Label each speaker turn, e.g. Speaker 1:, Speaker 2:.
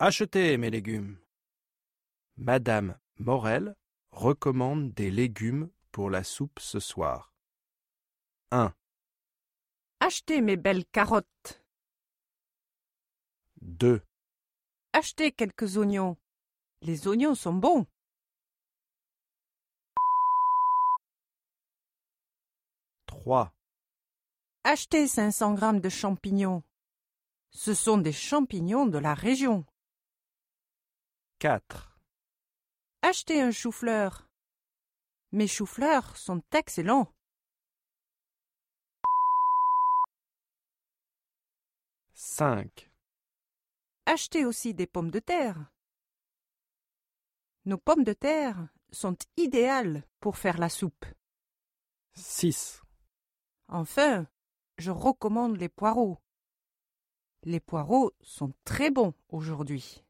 Speaker 1: Achetez mes légumes. Madame Morel recommande des légumes pour la soupe ce soir. 1,
Speaker 2: Achetez mes belles carottes.
Speaker 1: 2,
Speaker 2: Achetez quelques oignons. Les oignons sont bons.
Speaker 1: trois,
Speaker 2: Achetez 500 grammes de champignons. Ce sont des champignons de la région.
Speaker 1: quatre,
Speaker 2: Achetez un chou-fleur. Mes choux-fleurs sont excellents.
Speaker 1: cinq,
Speaker 2: Achetez aussi des pommes de terre. Nos pommes de terre sont idéales pour faire la soupe.
Speaker 1: six,
Speaker 2: Enfin, je recommande les poireaux. Les poireaux sont très bons aujourd'hui.